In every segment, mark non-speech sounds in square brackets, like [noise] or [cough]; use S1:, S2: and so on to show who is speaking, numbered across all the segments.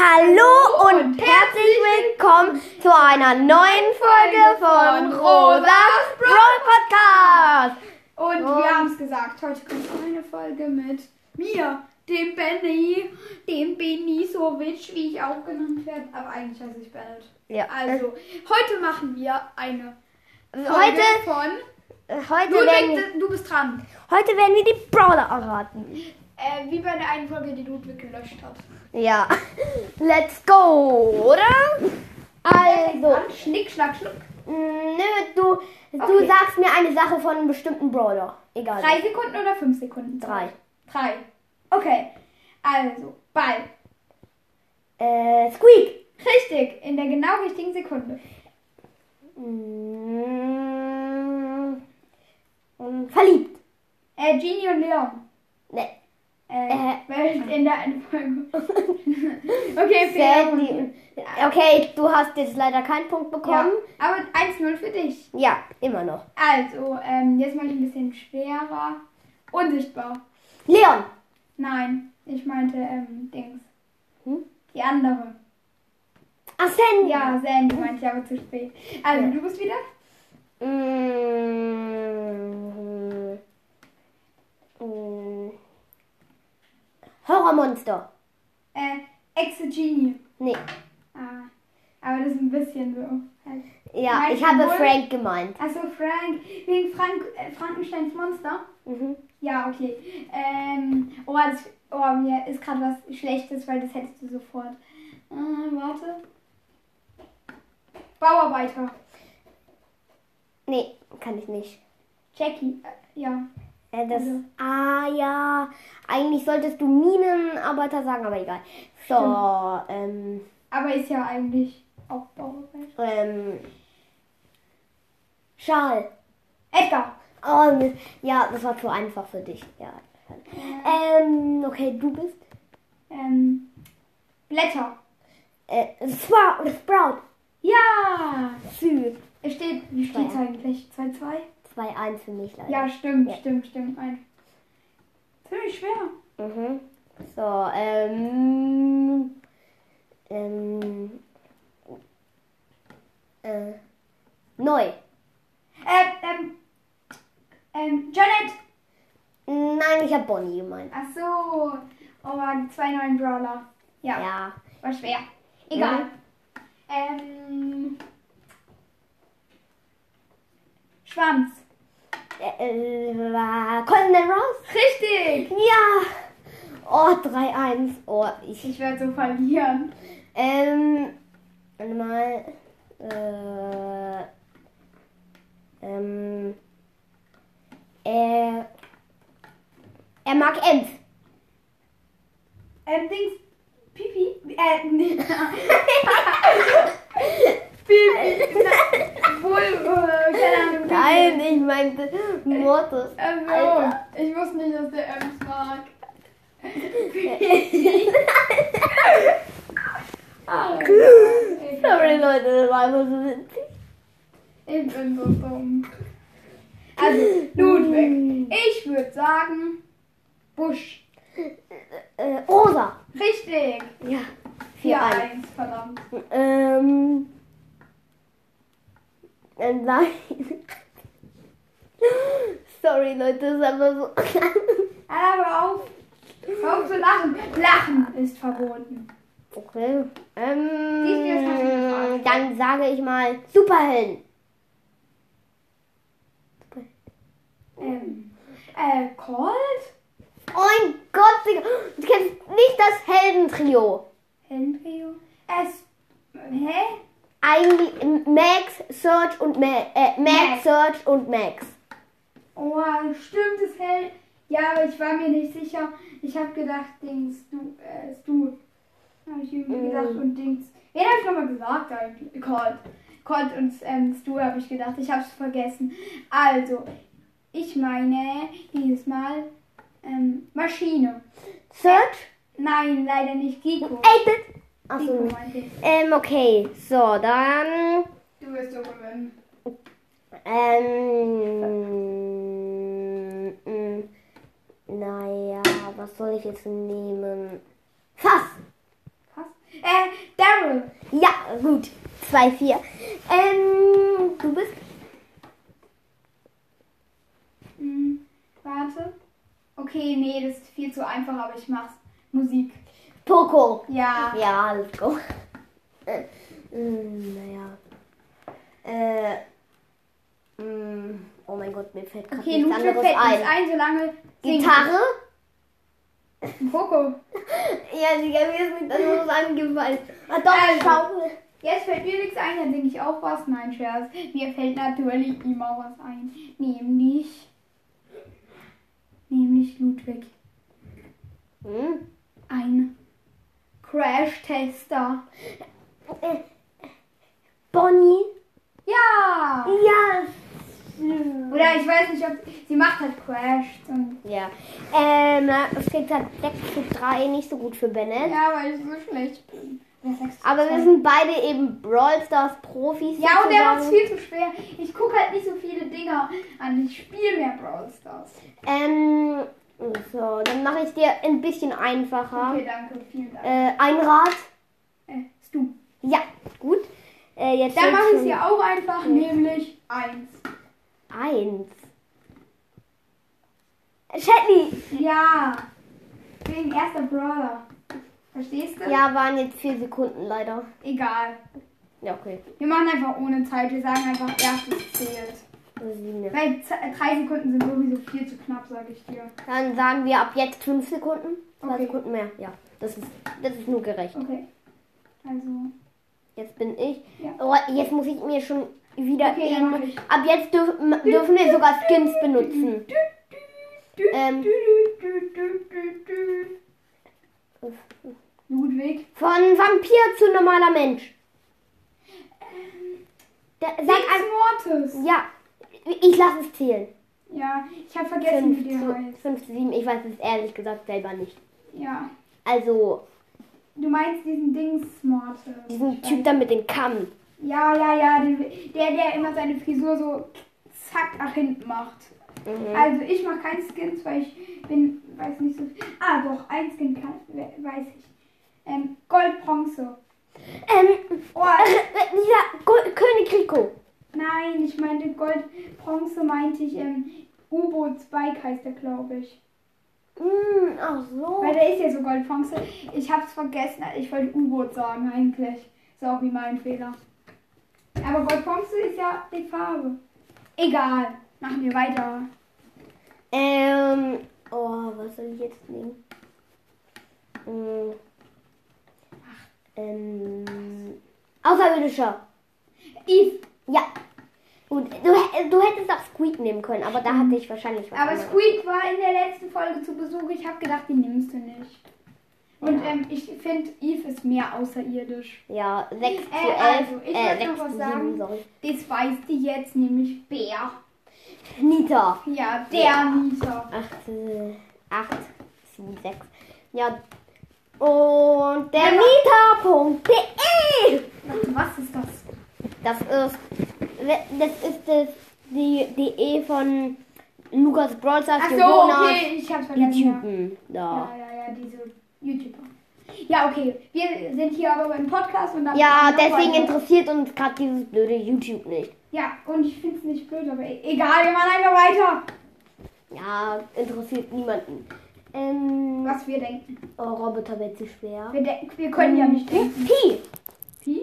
S1: Hallo und herzlich willkommen zu einer neuen Folge von Rosas Brawl Podcast.
S2: Und
S1: Und-
S2: wir haben es gesagt, heute kommt eine Folge mit mir, dem Benny, dem Benisovic, wie ich auch genannt werde. Aber eigentlich heiße ich Bennett.
S1: Ja.
S2: Also, heute machen wir eine Folge
S1: Heute,
S2: von...
S1: also, heute, werden,
S2: Ludwig, du bist dran.
S1: heute werden wir die Brawler erraten.
S2: Äh, wie bei der einen Folge, die Ludwig gelöscht hat.
S1: Ja, [laughs] let's go, oder? Also,
S2: Dann Schnick, Schnack, Schnuck.
S1: mh, nö, du, du
S2: Okay.
S1: sagst mir eine Sache von einem bestimmten Brawler. Egal.
S2: Drei Sekunden oder fünf Sekunden?
S1: Drei.
S2: Also. Drei. Okay. Also, Ball.
S1: Äh, Squeak.
S2: Richtig, in der genau richtigen Sekunde.
S1: Mh, mh, Mm. verliebt.
S2: Äh, Genie und Leon.
S1: Ne.
S2: Äh,
S1: Äh.
S2: Welt in der einen
S1: [laughs]
S2: Folge. okay, Fehler.
S1: Sandy. Okay, du hast jetzt leider keinen Punkt
S2: Ja,
S1: bekommen.
S2: aber 1-0 für dich.
S1: Ja, immer noch.
S2: Also, ähm, jetzt mache ich ein bisschen schwerer. Unsichtbar.
S1: Leon.
S2: Nein, ich meinte, ähm, Dings.
S1: Hm?
S2: Die andere.
S1: Ascend.
S2: Ja, Sandy meinte ich aber zu spät. Also, du bist wieder?
S1: Mm. Mm. Horrormonster.
S2: Äh, Exe Genie.
S1: Nee.
S2: Ah, aber das ist ein bisschen so. Halt.
S1: Ja,
S2: Meinst
S1: ich
S2: du
S1: habe
S2: wohl?
S1: Frank gemeint.
S2: Also, Frank, wegen Frank, äh, Frankensteins Monster.
S1: Mhm.
S2: Ja, okay. Ähm, oh, das, oh, mir ist gerade was Schlechtes, weil das hättest du sofort. Äh, warte. Bauarbeiter.
S1: Nee, kann ich nicht.
S2: Jackie. Äh, ja.
S1: Äh, das,
S2: Also.
S1: Ah ja. Eigentlich solltest du Minenarbeiter sagen, aber egal. So, ähm,
S2: Aber ist ja eigentlich auch Bauarbeiter.
S1: ähm. Schal.
S2: Edgar.
S1: Oh, Mist. ja, das war zu einfach für dich. Ja. Ähm, okay, du bist.
S2: Ähm, Blätter.
S1: Äh, Sprout. Sprout.
S2: Ja.
S1: Sü.
S2: Es steht, wie steht es eigentlich? 2-2?
S1: 2-1 für mich leider.
S2: Ja, stimmt,
S1: Äh, Ja.
S2: stimmt, stimmt. Ein. Ziemlich schwer.
S1: Mhm. So, ähm. Ähm. Äh. Neu.
S2: Äh, ähm, ähm, Janet.
S1: Nein, ich hab Bonnie gemeint.
S2: Ach so. Oh, die zwei neuen Brawler. Ja.
S1: Ja.
S2: War schwer. Egal.
S1: Mhm.
S2: Ähm. Schwanz.
S1: Äh, äh, war Colonel Ross?
S2: Richtig!
S1: Ja. Oh, 3-1. Oh, ich.
S2: Ich werde so verlieren.
S1: Ähm. Warte mal. Äh. Ähm. Äh. Er mag Ems.
S2: Ähm, Dings. Pipi? Äh,
S1: [laughs]
S2: nee. Pipi. Na, Wohl, äh, keine Ahnung. Pipi.
S1: Nein, ich meinte Mortis.
S2: Also,
S1: Alter.
S2: ich wusste nicht, dass der Ems mag.
S1: [laughs]
S2: Ah,
S1: Sorry Leute, das war einfach so witzig.
S2: Ich bin so dumm. Also, Ludwig, ich würde sagen, Busch.
S1: Äh, Rosa.
S2: Richtig.
S1: Ja. 4-1.
S2: 4-1, verdammt.
S1: Ähm. äh, Nein. [laughs] Sorry Leute, das ist einfach so. [laughs]
S2: Alter, hör auf. Hör auf zu lachen. Lachen ist verboten.
S1: Okay.
S2: Siehst du, das hast du
S1: Ähm,
S2: gefragt.
S1: dann sage ich mal Superhelden.
S2: Ähm, äh, Colt?
S1: Oh mein Gott, Digga. du kennst nicht das Heldentrio.
S2: Hendrio? Es, hä?
S1: Eigentlich Max, Search und Ma äh, Max,
S2: Max.
S1: Search und Max.
S2: Oh, stimmt, es hält. Ja, aber ich war mir nicht sicher. Ich habe gedacht, Dings, du, äh, du. Habe ich irgendwie
S1: Mm.
S2: gedacht und Dings. Wen habe ich nochmal gesagt eigentlich? Colt. Colt und ähm, Stu habe ich gedacht. Ich habe es vergessen. Also, ich meine dieses Mal ähm, Maschine.
S1: Search?
S2: Nein, leider nicht Giko.
S1: Ey, das.
S2: Giko
S1: Achso.
S2: meinte ich.
S1: Ähm, okay. So, dann.
S2: Du wirst so gewinnen.
S1: Ähm. mm, Naja, was soll ich jetzt nehmen? Fass!
S2: Krass. Äh, Äh, Daryl.
S1: Ja, gut. 2-4. Ähm, du bist.
S2: Hm, warte. Okay, nee, das ist viel zu einfach, aber ich mach's. Musik.
S1: Poco.
S2: Ja.
S1: Ja, let's go. Äh, mh, naja. Äh. Mh, oh mein Gott, mir fällt gerade
S2: Okay,
S1: nichts
S2: Luke fällt
S1: anderes
S2: nicht
S1: ein.
S2: ein, solange. singen.
S1: Gitarre?
S2: Coco.
S1: Ja, Digga, mir ist nichts anderes angefallen. Ah, doch,
S2: Also.
S1: Schaufel.
S2: Jetzt fällt mir nichts ein, dann singe ich auch was. Nein, Scherz. Mir fällt natürlich immer was ein. Nämlich. Nämlich Ludwig.
S1: Hm?
S2: Ein Crash-Tester.
S1: Äh, Bonnie?
S2: Ja!
S1: Ja.
S2: Oder ich weiß nicht, ob. Sie macht halt Crash. Und
S1: Ja. Ähm, na, es steht halt 6 zu 3, nicht so gut für Bennett.
S2: ja, weil ich so schlecht bin. Oder sagst du
S1: Aber
S2: zwei?
S1: wir sind beide eben Brawl Stars Profis.
S2: Ja, und der
S1: sozusagen.
S2: macht's viel zu schwer. Ich gucke halt nicht so viele Dinger an. Ich spiele mehr Brawl Stars.
S1: Ähm, so, dann mache ich dir ein bisschen einfacher.
S2: Okay, danke. Vielen Dank.
S1: Äh, ein Rad.
S2: Äh, ist du.
S1: Ja, gut. Äh, jetzt
S2: Dann
S1: steht's
S2: mache ich
S1: schon
S2: sie auch einfach, nämlich eins.
S1: Eins. Shetty.
S2: Ja. Wegen erster Brawler. Verstehst du?
S1: Ja, waren jetzt vier Sekunden leider.
S2: Egal.
S1: Ja, okay.
S2: Wir machen einfach ohne Zeit. Wir sagen einfach, erstes zählt.
S1: Sieben, ja.
S2: Weil z- äh, drei Sekunden sind sowieso viel zu knapp, sage ich dir.
S1: Dann sagen wir ab jetzt fünf Sekunden. Zwei
S2: Okay.
S1: Sekunden mehr. Ja, das ist, das ist nur gerecht.
S2: Okay. Also.
S1: Jetzt bin ich.
S2: Ja.
S1: Oh, jetzt muss ich mir schon wieder.
S2: Okay, dann mach ich.
S1: Ab jetzt dürf, m- dürfen wir sogar Skins benutzen.
S2: Du, du, du,
S1: Ähm.
S2: du, du, du, du, du. Ludwig.
S1: Von Vampir zu normaler Mensch. Da, sag ein.
S2: Sechs Mortis.
S1: Ja, ich lasse es zählen.
S2: Ja, ich habe vergessen,
S1: Fünf
S2: wie der
S1: zu,
S2: heißt.
S1: fünf zu sieben. Ich weiß es ehrlich gesagt selber nicht.
S2: Ja.
S1: Also,
S2: Du meinst diesen Dings Mortis.
S1: diesen Typ da mit dem Kamm.
S2: Ja, ja, ja. Den, der, der immer seine Frisur so zack nach hinten macht.
S1: Mhm.
S2: Also ich mache keine Skins, weil ich bin, weiß nicht so viel. Ah, doch, ein Skin kann, we- weiß ich. Ähm, Gold, Bronze.
S1: Ähm, [laughs]
S2: Oh,
S1: äh, äh, dieser Go- König Rico.
S2: nein, ich meinte Gold, Bronze meinte ich, ähm, U-Boot Spike heißt der, glaube ich.
S1: Hm, ach so.
S2: Weil der ist ja so Gold, Bronze. Ich hab's vergessen, ich wollte U-Boot sagen eigentlich. Sorry, mein Fehler. Aber Gold, Bronze ist ja die Farbe. Egal, machen wir weiter.
S1: Ähm, oh, was soll ich jetzt nehmen? Hm. Ähm, außerirdischer.
S2: Eve,
S1: Ja. Gut, du, hä- du hättest auch Squeak nehmen können, aber da hatte ich wahrscheinlich was.
S2: Mhm. Aber
S1: anderes.
S2: Squeak war in der letzten Folge zu Besuch. Ich habe gedacht, die nimmst du nicht. Und
S1: Ja.
S2: ähm, ich finde, Eve ist mehr außerirdisch.
S1: Ja, 6 zu 11.
S2: Äh, also, ich
S1: äh,
S2: wollte noch
S1: 6
S2: was
S1: zu 7,
S2: sagen.
S1: sorry.
S2: Das weiß die jetzt, nämlich Bär.
S1: Nita.
S2: Ja, der
S1: Ja.
S2: Mieter.
S1: 8, äh, 8, 7, 6. Ja. Und der E!
S2: Ja.
S1: Nita.de.
S2: Warte, was ist das?
S1: Das ist. Das ist das, die DE von Lukas Brawlstars,
S2: Ach so,
S1: Jonas,
S2: okay, ich hab's
S1: die
S2: vergessen. ja.
S1: Typen. Da.
S2: Ja, ja, ja, diese YouTuber. Ja, okay. Wir sind hier aber beim Podcast und dann.
S1: Ja,
S2: dann
S1: deswegen
S2: weiter.
S1: interessiert uns gerade dieses blöde YouTube nicht.
S2: Ja, und ich find's nicht blöd, aber e- egal, wir machen einfach weiter,
S1: Ja, interessiert niemanden. Ähm,
S2: was wir denken.
S1: oh, Roboter wird zu schwer.
S2: Wir, denken, wir können ja nicht denken.
S1: Pi. Hm?
S2: Pi?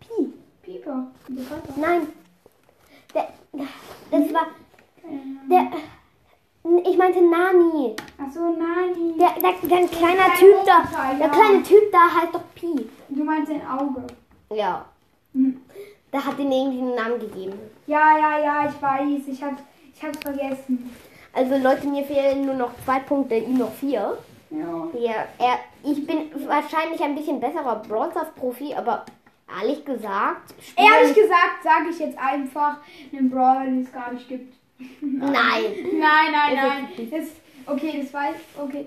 S1: Pi.
S2: Pieper. Bekannter.
S1: Nein. Der, das war.
S2: Keine Ahnung.
S1: Der. Ich meinte Nani.
S2: Ach so, Nani.
S1: Der, der, der kleine
S2: kleine
S1: Typ da.
S2: Roboter,
S1: Der
S2: ja.
S1: kleine Typ da heißt doch Pi.
S2: Du meinst sein Auge.
S1: Ja.
S2: Hm.
S1: Da hat den irgendwie einen Namen gegeben.
S2: Ja, ja, ja, ich weiß. Ich hab, ich hab's vergessen.
S1: Also Leute, mir fehlen nur noch zwei Punkte, ihm noch vier.
S2: Ja.
S1: Ja, er, ich bin wahrscheinlich ein bisschen besserer Brawl Stars Profi, aber ehrlich gesagt, spiele
S2: Ehrlich
S1: ich-
S2: gesagt sage ich jetzt einfach einen Brawler, den es gar nicht gibt.
S1: [laughs] nein.
S2: Nein, nein,
S1: Ist
S2: nein. Das, okay, das weiß Okay.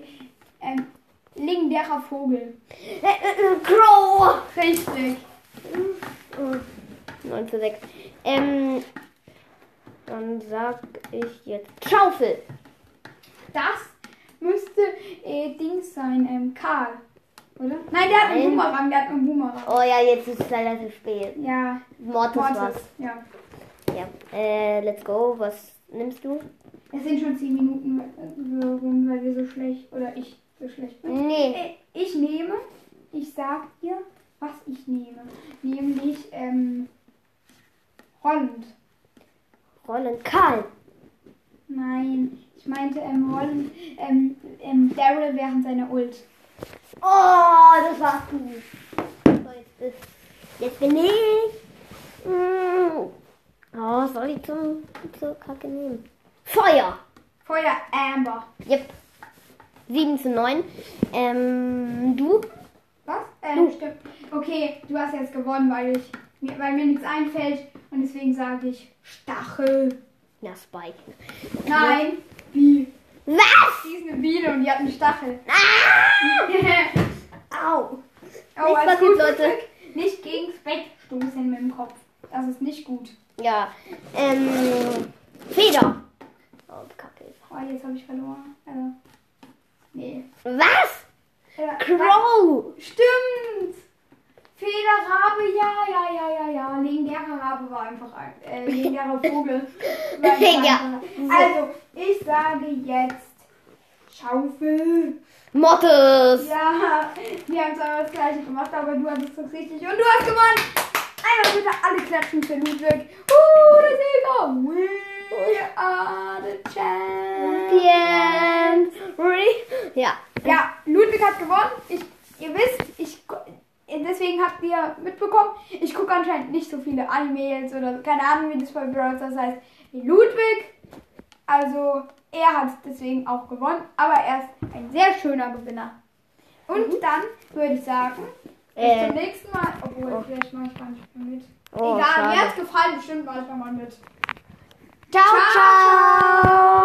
S2: Ähm, legendärer Vogel.
S1: Äh, äh, äh, Crow.
S2: Richtig.
S1: 9 zu 6. Ähm, dann sag ich jetzt Schaufel.
S2: Das müsste äh, Dings sein. Ähm, Karl. Oder? Nein, der hat einen
S1: Nein.
S2: Boomerang, der hat einen Boomerang.
S1: Oh ja, jetzt ist es leider zu spät.
S2: Ja,
S1: Mortis war's.
S2: Mortis. Ja.
S1: Ja. Äh, let's go. Was nimmst du?
S2: Es sind schon 10 Minuten äh, so rum, weil wir so schlecht, oder ich so schlecht bin.
S1: Nee.
S2: Äh, Ich nehme, ich sag dir, was ich nehme. Nämlich, ähm, Holland.
S1: Rollen. Karl.
S2: Nein, ich meinte, ähm, Holland, ähm, ähm, Daryl während seiner Ult.
S1: Oh, das war's gut. So, jetzt, bist- jetzt bin ich. Mm. Oh, was soll ich zum, zur Kacke nehmen? Feuer.
S2: Feuer Amber.
S1: Yep. 7 zu 9. Ähm, du?
S2: Was? Ähm, stimmt. Okay, du hast jetzt gewonnen, weil ich, mir, weil mir nichts einfällt und deswegen sage ich Stachel.
S1: Na, Spike.
S2: Nein, wie?
S1: Was? Ah!
S2: Die ist eine Biene und die hat einen Stachel. [laughs]
S1: Au.
S2: Oh,
S1: Nichts
S2: als
S1: passiert, Leute.
S2: Frühstück Nicht gegens Bett stoßen mit dem Kopf. Das ist nicht gut.
S1: Ja. Ähm, Feder. Oh, Kacke.
S2: Oh, jetzt habe ich verloren. Also, nee.
S1: Was?
S2: Äh,
S1: Crow.
S2: Stimmt! Federrabe, ja, ja, ja, ja, ja. Legendärer Rabe war einfach ein äh, legendärer Vogel. War einfach
S1: Ja.
S2: ein- Also, ich sage jetzt Schaufel.
S1: Mottes.
S2: Ja, wir haben zwar das gleiche gemacht, aber du hattest es richtig und du hast gewonnen! Einmal bitte alle klatschen für Ludwig. Uh, der Sieger! We are the champions!
S1: Champions. Re- Ja.
S2: Ja, Ludwig hat gewonnen. Ich, ihr wisst, ich, gu- deswegen habt ihr mitbekommen, ich gucke anscheinend nicht so viele Animes oder keine Ahnung, wie das bei Brawl Stars heißt, wie Ludwig. Also, er hat deswegen auch gewonnen, aber er ist ein sehr schöner Gewinner. Und dann würde ich sagen, bis
S1: Mhm. Äh.
S2: zum nächsten Mal, obwohl, vielleicht mache ich gar nicht mehr mit.
S1: Oh,
S2: Egal,
S1: schade.
S2: mir hat gefallen, bestimmt mache ich nochmal mit.
S1: ciao. ciao.